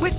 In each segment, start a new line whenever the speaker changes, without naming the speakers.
With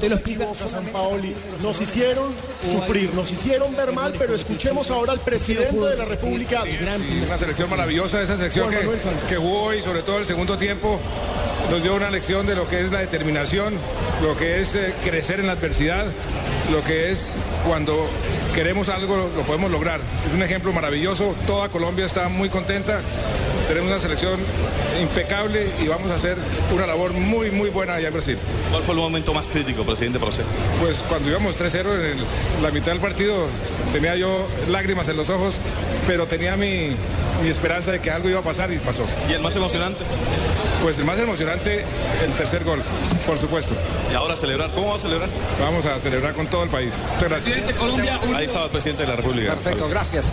Te lo explica
San Paoli. Nos hicieron sufrir, nos hicieron ver mal, pero escuchemos ahora al presidente de la República.
Sí, una selección maravillosa, esa selección
Juan
que,
Manuel Santos.
que jugó hoy, sobre todo el segundo tiempo, nos dio una lección de lo que es la determinación, lo que es eh, crecer en la adversidad, lo que es cuando queremos algo lo, lo podemos lograr. Es un ejemplo maravilloso, toda Colombia está muy contenta, tenemos una selección impecable y vamos a hacer una labor muy, muy buena allá en Brasil.
¿Cuál fue el momento más crítico, presidente Proce?
Pues cuando íbamos 3-0 en el- la mitad del partido, tenía yo lágrimas en los ojos, pero tenía mi, mi esperanza de que algo iba a pasar y pasó.
¿Y el más emocionante?
Pues el más emocionante, el tercer gol, por supuesto.
Y ahora celebrar. ¿Cómo va a celebrar?
Vamos a celebrar con todo el país. Muchas gracias.
Ahí estaba el presidente de la República.
Perfecto, gracias.